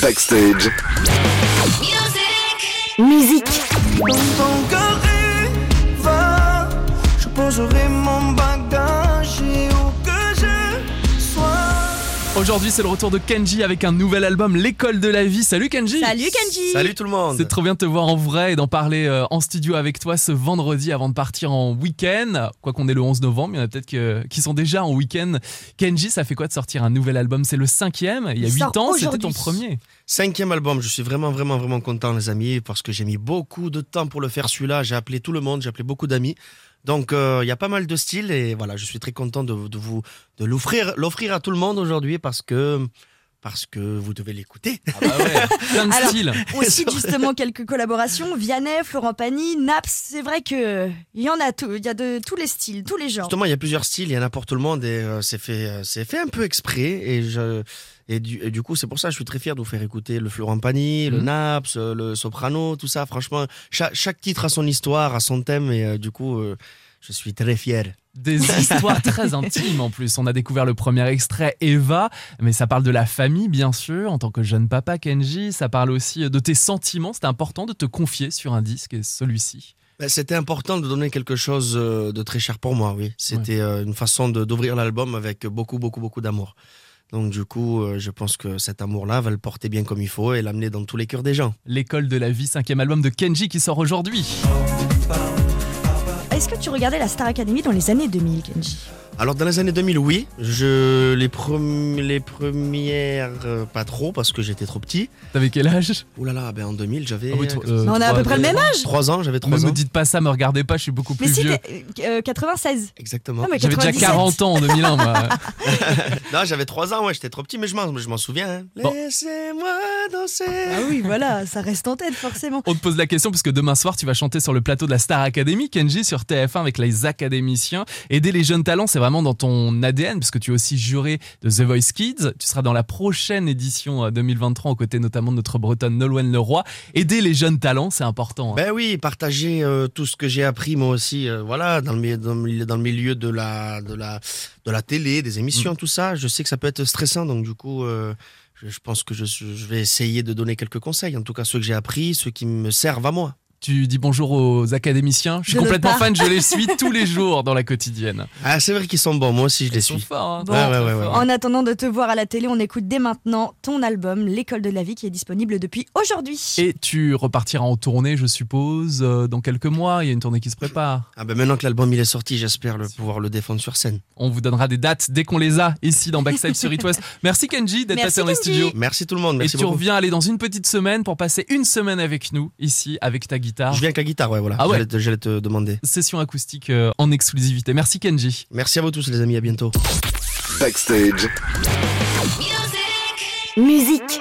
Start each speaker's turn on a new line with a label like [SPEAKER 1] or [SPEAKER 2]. [SPEAKER 1] Backstage.
[SPEAKER 2] Musique,
[SPEAKER 3] Dans ton carré, va. Je poserai mon bagage et où que je sois.
[SPEAKER 4] Aujourd'hui, c'est le retour de Kenji avec un nouvel album, L'école de la vie. Salut Kenji
[SPEAKER 5] Salut Kenji
[SPEAKER 6] Salut tout le monde
[SPEAKER 4] C'est trop bien de te voir en vrai et d'en parler euh, en studio avec toi ce vendredi avant de partir en week-end. Quoi qu'on est le 11 novembre, il y en a peut-être que- qui sont déjà en week-end. Kenji, ça fait quoi de sortir un nouvel album C'est le cinquième, il y a
[SPEAKER 5] Il
[SPEAKER 4] huit
[SPEAKER 5] sort
[SPEAKER 4] ans, c'était ton
[SPEAKER 5] aujourd'hui.
[SPEAKER 4] premier.
[SPEAKER 6] Cinquième album, je suis vraiment vraiment vraiment content les amis parce que j'ai mis beaucoup de temps pour le faire celui-là, j'ai appelé tout le monde, j'ai appelé beaucoup d'amis. Donc euh, il y a pas mal de styles et voilà, je suis très content de, de vous de l'offrir l'offrir à tout le monde aujourd'hui parce que parce que vous devez l'écouter.
[SPEAKER 4] Ah bah Plein de
[SPEAKER 5] Alors-
[SPEAKER 4] styles.
[SPEAKER 5] On cite justement quelques collaborations, Vianney, Florent Pagny, Naps, c'est vrai que il y en a tout, il y a de tous les styles, tous les genres.
[SPEAKER 6] Justement, il y a plusieurs styles, il y en a pour tout le monde et euh, c'est fait euh, c'est fait un peu exprès et je et du, et du coup, c'est pour ça que je suis très fier de vous faire écouter le Florent Pagny, le
[SPEAKER 5] Mmh.
[SPEAKER 4] Mhm.
[SPEAKER 6] Naps, euh, le Soprano, tout ça. Franchement, cha- chaque titre a son histoire, a son thème et euh, du coup, euh, je suis très fier.
[SPEAKER 4] Des histoires très intimes en plus. On a découvert le premier extrait, Eva, mais ça parle de la famille, bien sûr, en tant que jeune papa, Kenji. Ça parle aussi de tes sentiments. C'était important de te confier sur un disque, et celui-ci.
[SPEAKER 6] Ben, C'était important de donner quelque chose euh, de très cher pour moi, oui. C'était euh, une façon de- d'ouvrir l'album avec beaucoup, beaucoup, beaucoup d'amour. Donc du coup, euh, je pense que cet amour-là va le porter bien comme il faut et l'amener dans tous les cœurs des gens.
[SPEAKER 4] L'école de la vie, cinquième album de Kenji qui sort aujourd'hui.
[SPEAKER 5] Est-ce que tu regardais la Star Academy dans les années 2000, Kenji
[SPEAKER 6] Alors dans les années 2000, oui, je les, premi- les premières euh, pas trop parce que j'étais trop petit.
[SPEAKER 4] T'avais quel âge
[SPEAKER 6] Ouh là là, ben en 2000 j'avais
[SPEAKER 4] Ah oui, toi, euh,
[SPEAKER 5] Mais On a à peu
[SPEAKER 4] trois-
[SPEAKER 5] près le même âge.
[SPEAKER 6] 3 ans, j'avais
[SPEAKER 4] Ne
[SPEAKER 6] 3
[SPEAKER 4] me
[SPEAKER 6] ans.
[SPEAKER 4] dites pas ça, me regardez pas, je suis beaucoup
[SPEAKER 5] Mais
[SPEAKER 4] plus
[SPEAKER 5] si,
[SPEAKER 4] vieux.
[SPEAKER 5] t'es- euh, 96.
[SPEAKER 6] Exactement.
[SPEAKER 5] Non, mais
[SPEAKER 4] J'avais déjà
[SPEAKER 5] 97.
[SPEAKER 4] 40 ans en 2001, moi.
[SPEAKER 6] Non, j'avais 3 ans, ouais, j'étais trop petit, mais je m'en je m'en souviens. hein.
[SPEAKER 4] Bon.
[SPEAKER 6] Laissez-moi danser.
[SPEAKER 5] Ah oui, voilà, ça reste en tête forcément.
[SPEAKER 4] On te pose la question parce que demain soir, tu vas chanter sur le plateau de la Star Academy, Kenji, sur TF1 avec les académiciens. Aider les jeunes talents, c'est vraiment dans ton ADN puisque tu es aussi juré de The Voice Kids. Tu seras dans la prochaine édition euh, 2023 aux côtés notamment de notre bretonne Nolwenn Leroy. Aider les jeunes talents, c'est important. hein.
[SPEAKER 6] Ben oui, partager euh, tout ce que j'ai appris moi aussi, euh, voilà, dans le, mi- dans, le milieu- dans le milieu de la, de, la, de la télé, des émissions,
[SPEAKER 4] Mm.
[SPEAKER 6] tout ça. Je sais que ça peut être stressant, donc du coup, euh, je, je pense que je, suis- je vais essayer de donner quelques conseils, en tout cas ceux que j'ai appris, ceux qui me servent à moi.
[SPEAKER 4] Tu dis bonjour aux académiciens. Je suis
[SPEAKER 5] Je ne
[SPEAKER 4] complètement
[SPEAKER 5] pars.
[SPEAKER 4] fan, je les suis tous les jours dans la quotidienne.
[SPEAKER 6] Ah, c'est vrai qu'ils sont bons, moi aussi je les
[SPEAKER 4] Ils sont
[SPEAKER 6] suis.
[SPEAKER 4] forts, hein.
[SPEAKER 6] Ouais, ouais, ouais, ouais.
[SPEAKER 4] Forts.
[SPEAKER 5] En attendant de te voir à la télé, on écoute dès maintenant ton album L'école de la vie qui est disponible depuis aujourd'hui.
[SPEAKER 4] Et tu repartiras en tournée, je suppose, euh, dans quelques mois. Il y a une tournée qui se prépare.
[SPEAKER 6] Ah ben maintenant que l'album il est sorti, j'espère le, pouvoir le défendre sur scène.
[SPEAKER 4] On vous donnera des dates dès qu'on les a ici dans Backstage sur It West. Merci Kenji d'être
[SPEAKER 5] Merci,
[SPEAKER 4] passé dans les
[SPEAKER 5] Kenji.
[SPEAKER 4] studios.
[SPEAKER 6] Merci tout le monde, merci
[SPEAKER 4] Et tu
[SPEAKER 6] beaucoup.
[SPEAKER 4] reviens aller dans une petite semaine pour passer une semaine avec nous ici avec ta guitare.
[SPEAKER 6] Je viens avec la guitare, ouais, voilà.
[SPEAKER 4] Ah ouais.
[SPEAKER 6] J'allais te- j'allais te demander.
[SPEAKER 4] Session acoustique euh, en exclusivité. Merci Kenji.
[SPEAKER 6] Merci à vous tous les amis, à bientôt.
[SPEAKER 1] Backstage.
[SPEAKER 2] musique.